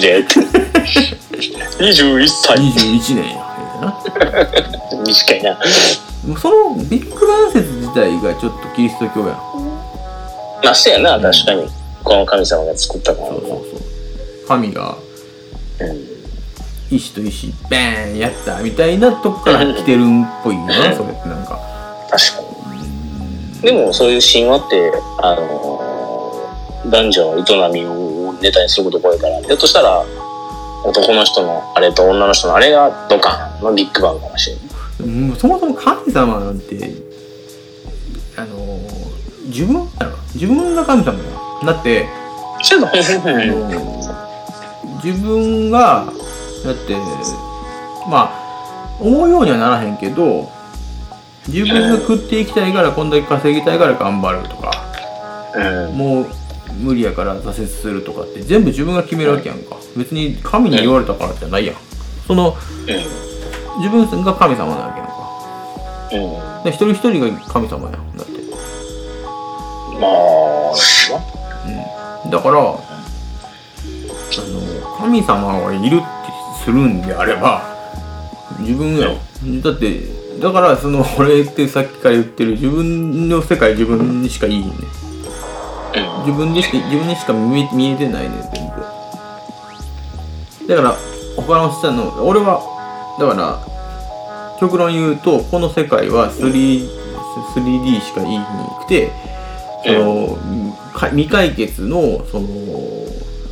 Speaker 2: でって21歳
Speaker 1: 21年や言うてな
Speaker 2: 短いな
Speaker 1: そのビッグバン説自体がちょっとキリスト教やん
Speaker 2: まあそうやな確かにこの神様が作ったも
Speaker 1: そうそ
Speaker 2: の
Speaker 1: うそう神が
Speaker 2: うん
Speaker 1: 石と石バーンやったみたいなとこから来てるんっぽいよなそれってなんか
Speaker 2: 確かにでもそういう神話ってあのー男女の営みをネタにすることが多いからひょっとしたら男の人のあれと女の人のあれがドカンのビッグバンかもしれない
Speaker 1: もうそもそも神様なんてあのー自分やろ自分が神様やだって、
Speaker 2: ちょっと、
Speaker 1: あのー自分がだってまあ思うようにはならへんけど自分が食っていきたいからこんだけ稼ぎたいから頑張るとか
Speaker 2: うん、
Speaker 1: もう無理やから挫折するとかって全部自分が決めるわけやんか別に神に言われたからじゃないやんその自分が神様なわけやんか
Speaker 2: うん、
Speaker 1: だから一人一人が神様やんだって、
Speaker 2: まあ、
Speaker 1: うん、だからあの神様がいるってするんであれば自分やろだってだからその <laughs> 俺ってさっきから言ってる自分の世界自分にしかいいね
Speaker 2: うん
Speaker 1: 自分にしか自分にしか見え見えてないね全部だから他の人の俺はだから極論言うとこの世界は 3- 3D しかいいにくてそのか未解決のその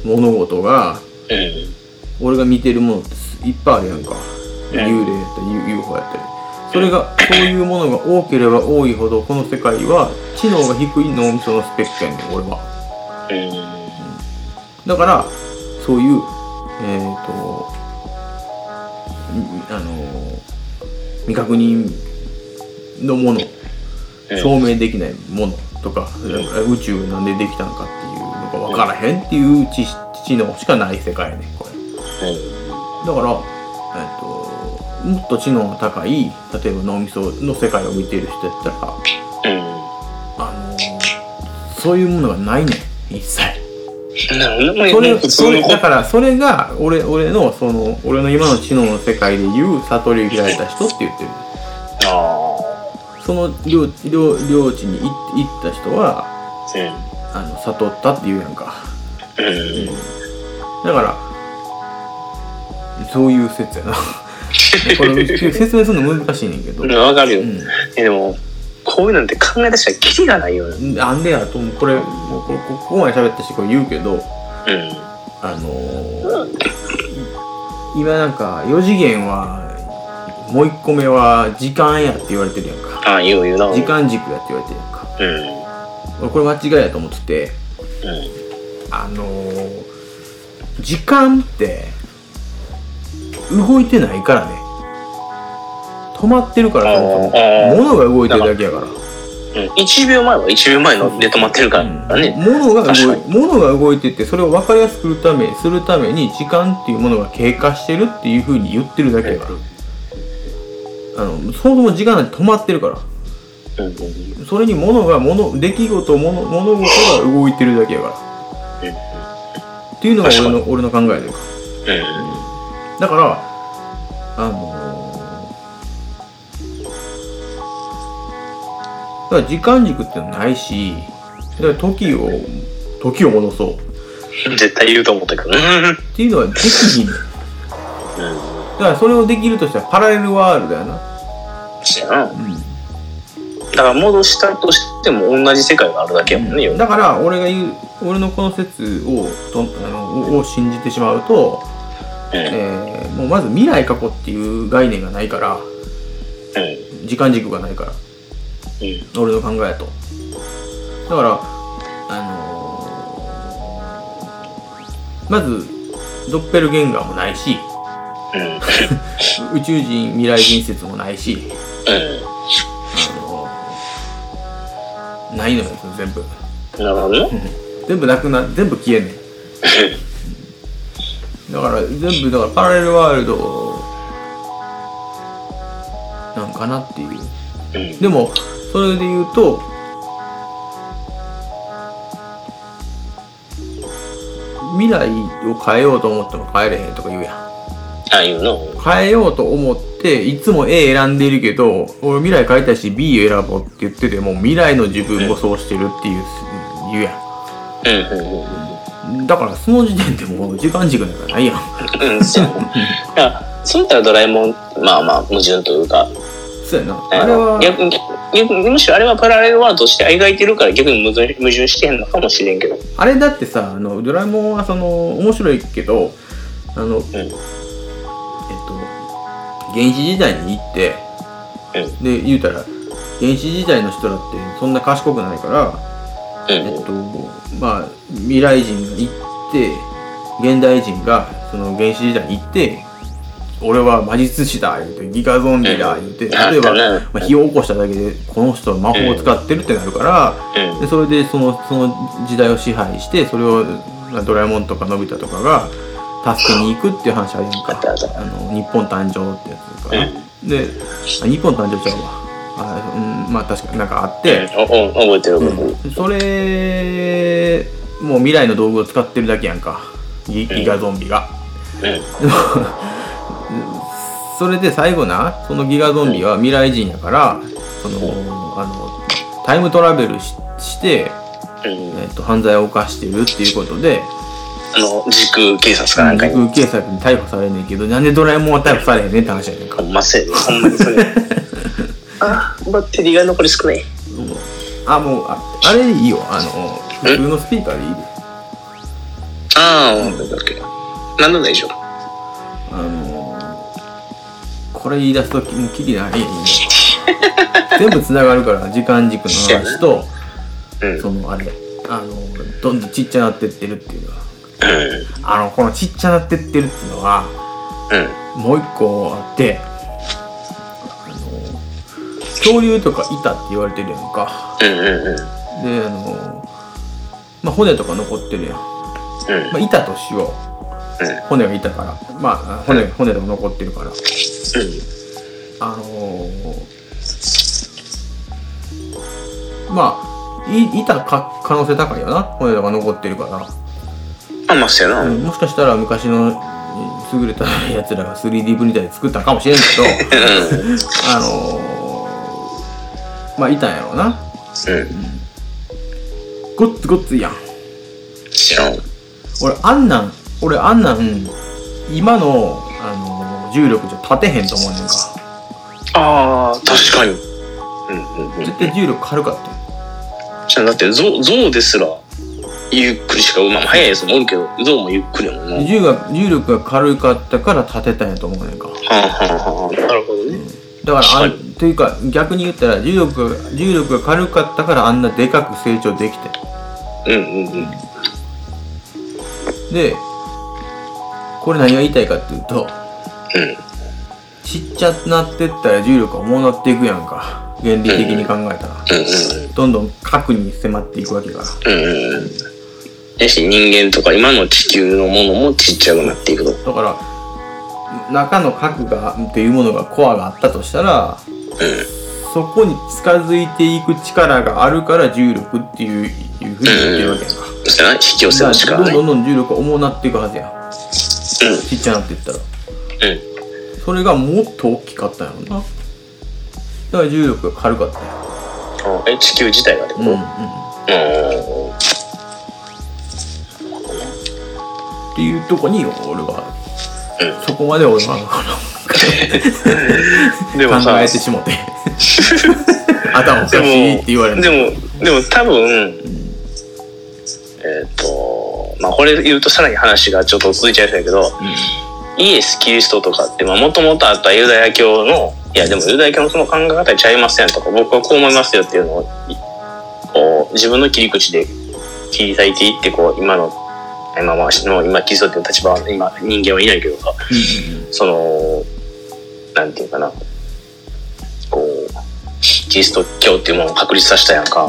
Speaker 1: 物事が俺が見てるものっていっぱいあるやんか
Speaker 2: うん
Speaker 1: 幽霊やったり U- UFO やったりそれがそういうものが多ければ多いほどこの世界は知能が低い脳みそのスペックやねん俺は。
Speaker 2: うん
Speaker 1: だからそういうえっ、とんあのー未確認のもの
Speaker 2: うん
Speaker 1: 証明できないものとか、
Speaker 2: ん
Speaker 1: 宇宙なんでできたのかっていうのが分からへんっていう知知能しかない世界やねんこれだから、えっともっと知能が高い例えば脳みその世界を見てる人やったら
Speaker 2: うん
Speaker 1: あのーそういうものがないねん一切。
Speaker 2: なるほど
Speaker 1: そ
Speaker 2: も
Speaker 1: れ
Speaker 2: う普
Speaker 1: そ
Speaker 2: 通の
Speaker 1: れ
Speaker 2: こ
Speaker 1: だからそれが俺俺のその俺の今の知能の世界でいう悟りを開いた人って言ってる
Speaker 2: あ
Speaker 1: その領領領地に行行った人は
Speaker 2: あう
Speaker 1: あの悟ったって言うやんか
Speaker 2: んうん
Speaker 1: だからそういう説や
Speaker 2: <laughs>
Speaker 1: なこれ説明するの難しいねんけど、
Speaker 2: うんわかるよ、
Speaker 1: うん
Speaker 2: えでもこういうなんて考え出したらキリがないよね
Speaker 1: なんでやと思うこれもうこれこここまで喋ったしこれ言うけど
Speaker 2: うん
Speaker 1: あのー今なんか4次元はもう1個目は時間やって言われてるやんか
Speaker 2: ああ言う言うな
Speaker 1: 時間軸やって言われてるやんか
Speaker 2: うん
Speaker 1: 俺これ間違いやと思ってて
Speaker 2: う
Speaker 1: あのー時間って動いてないからね止まってるからそもそ
Speaker 2: あーあ
Speaker 1: も
Speaker 2: ー
Speaker 1: 物が動いてるだけやから
Speaker 2: ん、うん、1秒前は1秒前ので止まってるか
Speaker 1: うん
Speaker 2: らね、
Speaker 1: 物が動い
Speaker 2: 確
Speaker 1: 物が動いててそれを分かりやすくするためするために時間っていうものが経過してるっていうふうに言ってるだけやからあのそもそも時間なんて止まってるから
Speaker 2: うんうん
Speaker 1: それに物が物出来事物物事が動いてるだけやからっていうのが俺の俺の考えで
Speaker 2: うん
Speaker 1: だからあのーだから時間軸っていうのはないしだから時を時を戻そう
Speaker 2: 絶対言うと思ったけど。うん。
Speaker 1: っていうのはできひんねんだからそれをできるとしたらパラレルワールドやな
Speaker 2: そやな。
Speaker 1: うん
Speaker 2: だから戻したとしても同じ世界があるだけやもんね。
Speaker 1: だから俺が言う俺のこの説をとあのを信じてしまうと、えー
Speaker 2: うん。
Speaker 1: もうまず未来過去っていう概念がないから
Speaker 2: う
Speaker 1: 時間軸がないから
Speaker 2: ん。
Speaker 1: 俺の考えだとだからあのーまずドッペルゲンガーもないし
Speaker 2: うん。うん。
Speaker 1: 宇宙人未来人説もないし
Speaker 2: う
Speaker 1: あのないのよその全部
Speaker 2: ん。なるほどね。
Speaker 1: 全部なくな全部消えんねんだから全部だからパラレルワールドなんかなっていう
Speaker 2: うん。
Speaker 1: でもそれで言うと未来を変えようと思っても変えれへんとか言うやん
Speaker 2: ああいうの。
Speaker 1: 変えようと思っていつも A 選んでいるけど俺未来変えたいし B を選ぼうって言ってても未来の自分もそうしてるっていう言うやん
Speaker 2: うん。うん。
Speaker 1: だからその時点でもう時間軸なんかないやん。 <laughs>
Speaker 2: うん。うん。そう <laughs> やな。だから、そういったらドラえもん、まあまあ、矛盾というか、
Speaker 1: そうやな。
Speaker 2: あ
Speaker 1: あれ
Speaker 2: の
Speaker 1: は、
Speaker 2: 逆に逆にむしろあれはパラレルワールドとして描いてるから逆に矛盾矛盾してへんのかもしれんけど。
Speaker 1: あれだってさ、あの、ドラえもんはその、面白いけど、あの、えっと、原始時代に行って、
Speaker 2: う
Speaker 1: で、言うたら、原始時代の人だってそんな賢くないから、
Speaker 2: う
Speaker 1: えっ
Speaker 2: ん。
Speaker 1: と、まあ、未来人が行って、現代人がその原始時代に行って、俺は魔術師だ言うてギガゾンビだ言うて、
Speaker 2: うん
Speaker 1: 例えば、
Speaker 2: なんかね
Speaker 1: まあ、火を起こしただけでこの人は魔法を使ってるってなるから、
Speaker 2: うん。
Speaker 1: でそれでそのその時代を支配してそれをまあドラえもんとかのび太とかが助けに行くっていう話あるやん
Speaker 2: あったあ
Speaker 1: か
Speaker 2: った
Speaker 1: あの日本誕生ってやつかな、
Speaker 2: う
Speaker 1: であ日本誕生ちゃうわあ、うん、まあ確かになんかあって、
Speaker 2: うんおお覚えてる覚えてる。
Speaker 1: それもう未来の道具を使ってるだけやんかギギガゾンビが、 <laughs> それで最後なそのギガゾンビは未来人やからそのあのタイムトラベルしして、
Speaker 2: うん。うん。
Speaker 1: えっと犯罪を犯してるっていうことで
Speaker 2: あの、時空警察かなんかに。
Speaker 1: 受警察に逮捕されんねんけどなんでドラえもんは逮捕されへんねんって話やねんか
Speaker 2: ほんまそうやね。ほんまにそれ。あ、バッテリーが残り少ない。
Speaker 1: あもうああれいいよあの普通のスピーカーでいいで
Speaker 2: ああ、なんだっけ。なんでも大丈夫。
Speaker 1: あのこれ言い出すともうキリない
Speaker 2: <laughs>
Speaker 1: ね全部つながるから時間軸の話と
Speaker 2: うん。
Speaker 1: そのあれあのどんどんちっちゃなってってるっていうのはあのこのちっちゃなってってるっていうのは
Speaker 2: うん。
Speaker 1: もう一個あってあの恐竜とかいたって言われてるやんか
Speaker 2: うん。うん。うん。
Speaker 1: であの、まあ、骨とか残ってるやん、ま
Speaker 2: うん。
Speaker 1: あ、いたとしよう
Speaker 2: うん
Speaker 1: 骨がいたからまあ骨骨でも残ってるからあのーまあいいたか可能性高いよな骨とか残ってるから。
Speaker 2: うん。あ、まあそうやな。うん。
Speaker 1: もしかしたら昔のうん優れたやつらが 3D プリンターで作ったかもしれんけ
Speaker 2: <laughs>
Speaker 1: どあのー、まあいたんやろうな
Speaker 2: うん。
Speaker 1: ごっつごっついやん
Speaker 2: 知らん。
Speaker 1: 俺あんなん俺あんなん今の、あのー重力じゃ立てへんと思うねんか
Speaker 2: ああ、確かに。うんうんうん。
Speaker 1: 絶対重力軽かったよ
Speaker 2: じゃあだってゾウ、ゾウですら、ゆっくりしか、まあ速いやつもおるけど、ゾウもゆっくりやもんな。は
Speaker 1: 重が重力が軽かったから立てたんやと思うねんか
Speaker 2: あはあはあ。なるほどね。
Speaker 1: だからあ
Speaker 2: は
Speaker 1: ん
Speaker 2: い
Speaker 1: というか逆に言ったら重力が重力が軽かったからあんなでかく成長できて
Speaker 2: うんうんうん。
Speaker 1: でこれ何が言いたいかっていうと
Speaker 2: うん。
Speaker 1: ちっちゃくなってったら重力はもうなっていくやんか原理的に考えたら、
Speaker 2: う
Speaker 1: どんどん核に迫っていくわけだから
Speaker 2: んうんうん。うんうん。やし、人間とか今の地球のものもちっちゃくなっていくと。
Speaker 1: だから中の核がっていうものがコアがあったとしたら
Speaker 2: う
Speaker 1: そこに近づいていく力があるから重力っていういうふうに言ってるわけやんか、
Speaker 2: ん。そやな、引き寄せ
Speaker 1: だ
Speaker 2: の力
Speaker 1: か
Speaker 2: が
Speaker 1: ら
Speaker 2: ね。
Speaker 1: ど
Speaker 2: うんん。
Speaker 1: どんどん重力が重なっていくはずやんちっちゃなっていったら
Speaker 2: うん。
Speaker 1: それがもっと大きかったんやろなだから重力が軽かったんや
Speaker 2: あえ、地球自体がってこ
Speaker 1: うん
Speaker 2: と
Speaker 1: う
Speaker 2: うんん。
Speaker 1: っていうとこに俺は
Speaker 2: う
Speaker 1: そこまで俺は
Speaker 2: でも
Speaker 1: 考
Speaker 2: さ
Speaker 1: え、てしもて頭おかしいって言われる
Speaker 2: でもでも多分えっ、とまあこれ言うとさらに話がちょっと続いちゃいそうやけどイエス・キリストとかってもともとあったユダヤ教のいやでもユダヤ教のその考え方ちゃいませんとか僕はこう思いますよっていうのをこう自分の切り口で切り裂いていってこう今の今まあの今キリストっていう立場は今人間はいないけどさそのなんていうかなこうキリスト教っていうものを確立させたやんか。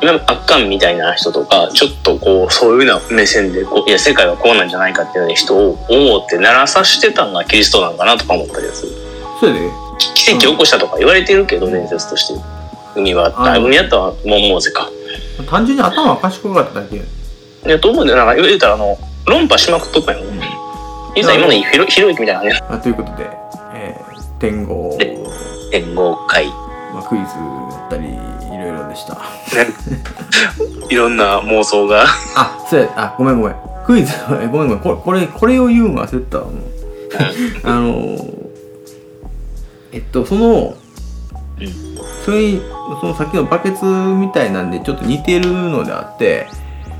Speaker 2: 今のパッカンみたいな人とかちょっとこうそういうような目線でこういや世界はこうなんじゃないかっていうような人を思って鳴らさしてたのがキリストなんかなとか思ったりする
Speaker 1: それで
Speaker 2: 奇跡を起こしたとか言われてるけど伝説として海はあっ
Speaker 1: あ
Speaker 2: た
Speaker 1: の
Speaker 2: 海やったらモンモーゼか
Speaker 1: 単純に頭おかしくかっただけ
Speaker 2: いやと思うんだよなんか言われたらあの論破しまくっとったよ、
Speaker 1: ん
Speaker 2: いざ今のひろひろゆきみたいなね
Speaker 1: まあということで、えー天狗、
Speaker 2: で天皇会
Speaker 1: まあ、クイズだったりいろいろでした
Speaker 2: <laughs> いろんな妄想が
Speaker 1: あそうやあごめんごめんクイズ <laughs> ごめんごめんこれこれこれを言うの焦ったわもうあのーえっとその
Speaker 2: うん
Speaker 1: それにそのさっきのバケツみたいなんでちょっと似てるのであって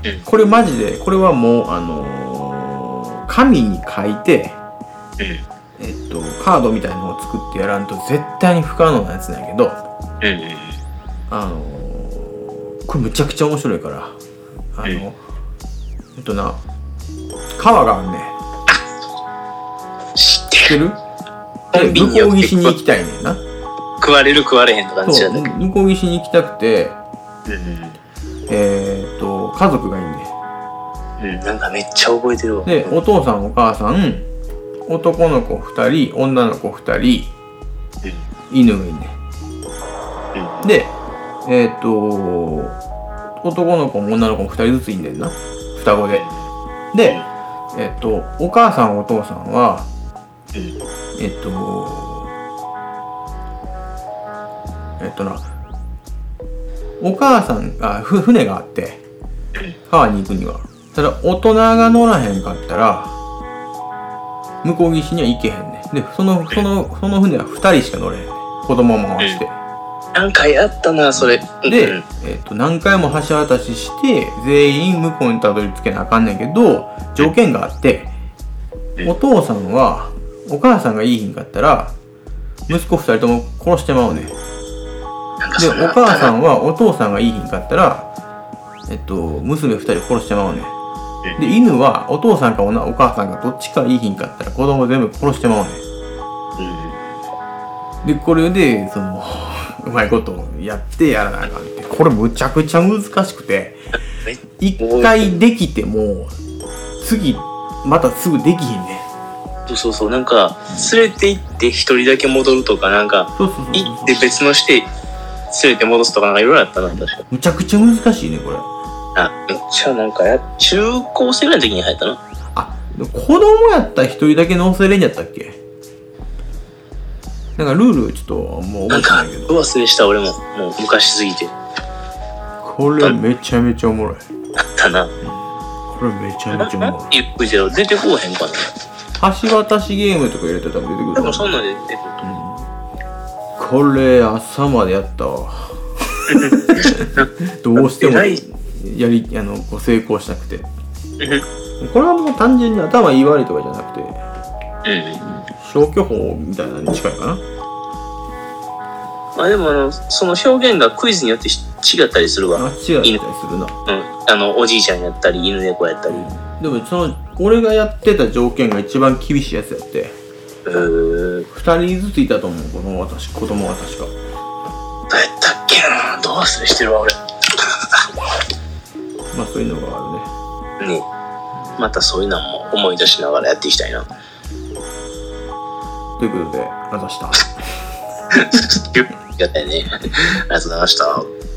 Speaker 2: うん
Speaker 1: これマジでこれはもうあのー紙に書いてえっとカードみたいなのを作ってやらんと絶対に不可能なやつなんやけど
Speaker 2: うんうん
Speaker 1: あのーこれむちゃくちゃ面白いからあの
Speaker 2: ええ
Speaker 1: ほんとな川があんねん
Speaker 2: 知っ
Speaker 1: 知っててる
Speaker 2: コンビ
Speaker 1: で
Speaker 2: ニ
Speaker 1: 向
Speaker 2: よ
Speaker 1: こう岸に行きたいねんな
Speaker 2: 食われる食われへんって感じ
Speaker 1: そ
Speaker 2: や
Speaker 1: う
Speaker 2: ね
Speaker 1: 向こう岸に行きたくて
Speaker 2: うん
Speaker 1: えーっと家族がいいんで
Speaker 2: うんなんかめっちゃ覚えてるわ
Speaker 1: でお父さんお母さん男の子2人女の子2人犬がいんねんでえーっと男の子も女の子も2人ずついんねんな双子ででえっとお母さんお父さんは
Speaker 2: うん
Speaker 1: えっとえっとなお母さんがふ船があって川に行くにはただ大人が乗らへんかったら向こう岸には行けへんねんでそのそのその船は2人しか乗れへんねん子供も合わせて。
Speaker 2: 何回あったなそれう
Speaker 1: で
Speaker 2: ん、
Speaker 1: えっと何回も橋渡しして全員向こうにたどり着けなあかんねんけど条件があって
Speaker 2: うん
Speaker 1: お父さんはお母さんがいいひんかったら息子二人とも殺してまうねん
Speaker 2: <laughs>
Speaker 1: で
Speaker 2: なんかそ
Speaker 1: お
Speaker 2: れあったな
Speaker 1: 母さんはお父さんがいいひんかったらえっと娘二人殺してまうねんで犬はお父さんかおなお母さんかどっちかいいひんかったら子供全部殺してまうねん
Speaker 2: うん
Speaker 1: でこれでその <laughs> うまいことやってやらなあかんってこれむちゃくちゃ難しくて
Speaker 2: はい
Speaker 1: 一回できても次またすぐできひんね
Speaker 2: そうそうそうなんか連れて行って一人だけ戻るとかなんか
Speaker 1: そうそうそう
Speaker 2: 行って別のして連れて戻すとかなんかいろいろあったな確か
Speaker 1: むちゃくちゃ難しいねこれ
Speaker 2: あめっちゃなんかや中高生ぐらいの時に入ったな
Speaker 1: あでも子供やったら一人だけ乗せれんやったっけなんかルールちょっともう覚
Speaker 2: な
Speaker 1: え
Speaker 2: ん
Speaker 1: て
Speaker 2: か
Speaker 1: ないけど
Speaker 2: 忘れした俺ももう昔すぎてあ
Speaker 1: これめちゃめちゃおもろい
Speaker 2: ったな
Speaker 1: これめちゃ
Speaker 2: な
Speaker 1: めちゃおも
Speaker 2: ん
Speaker 1: ろい
Speaker 2: て言ってたよ出てこうへんかな
Speaker 1: 橋渡しゲームとか入れてたら出てくる
Speaker 2: 多
Speaker 1: と
Speaker 2: 分
Speaker 1: 思
Speaker 2: そん
Speaker 1: う
Speaker 2: なんで出てくる
Speaker 1: これ朝までやったわどうしても
Speaker 2: だって
Speaker 1: やりあのこう成功したくて
Speaker 2: うん
Speaker 1: これはもう単純に頭いい悪いとかじゃなくて
Speaker 2: うん
Speaker 1: 消去法みたいなのに近いかな
Speaker 2: まあでもあのその表現がクイズによって違ったりするわ
Speaker 1: あっちがやったりするな
Speaker 2: うんあのおじいちゃんやったり犬猫やったり
Speaker 1: でもその俺がやってた条件が一番厳しいやつやって
Speaker 2: うーん
Speaker 1: 2人ずついたと思う子供は確か子供は確か
Speaker 2: どうやったっけなどう忘れしてるわ俺
Speaker 1: まあそういうのがあ
Speaker 2: ねまたそういうのも思い出しながらやっていきたいな <laughs>
Speaker 1: るねということでまた明日
Speaker 2: <laughs> やったよねありがとうございました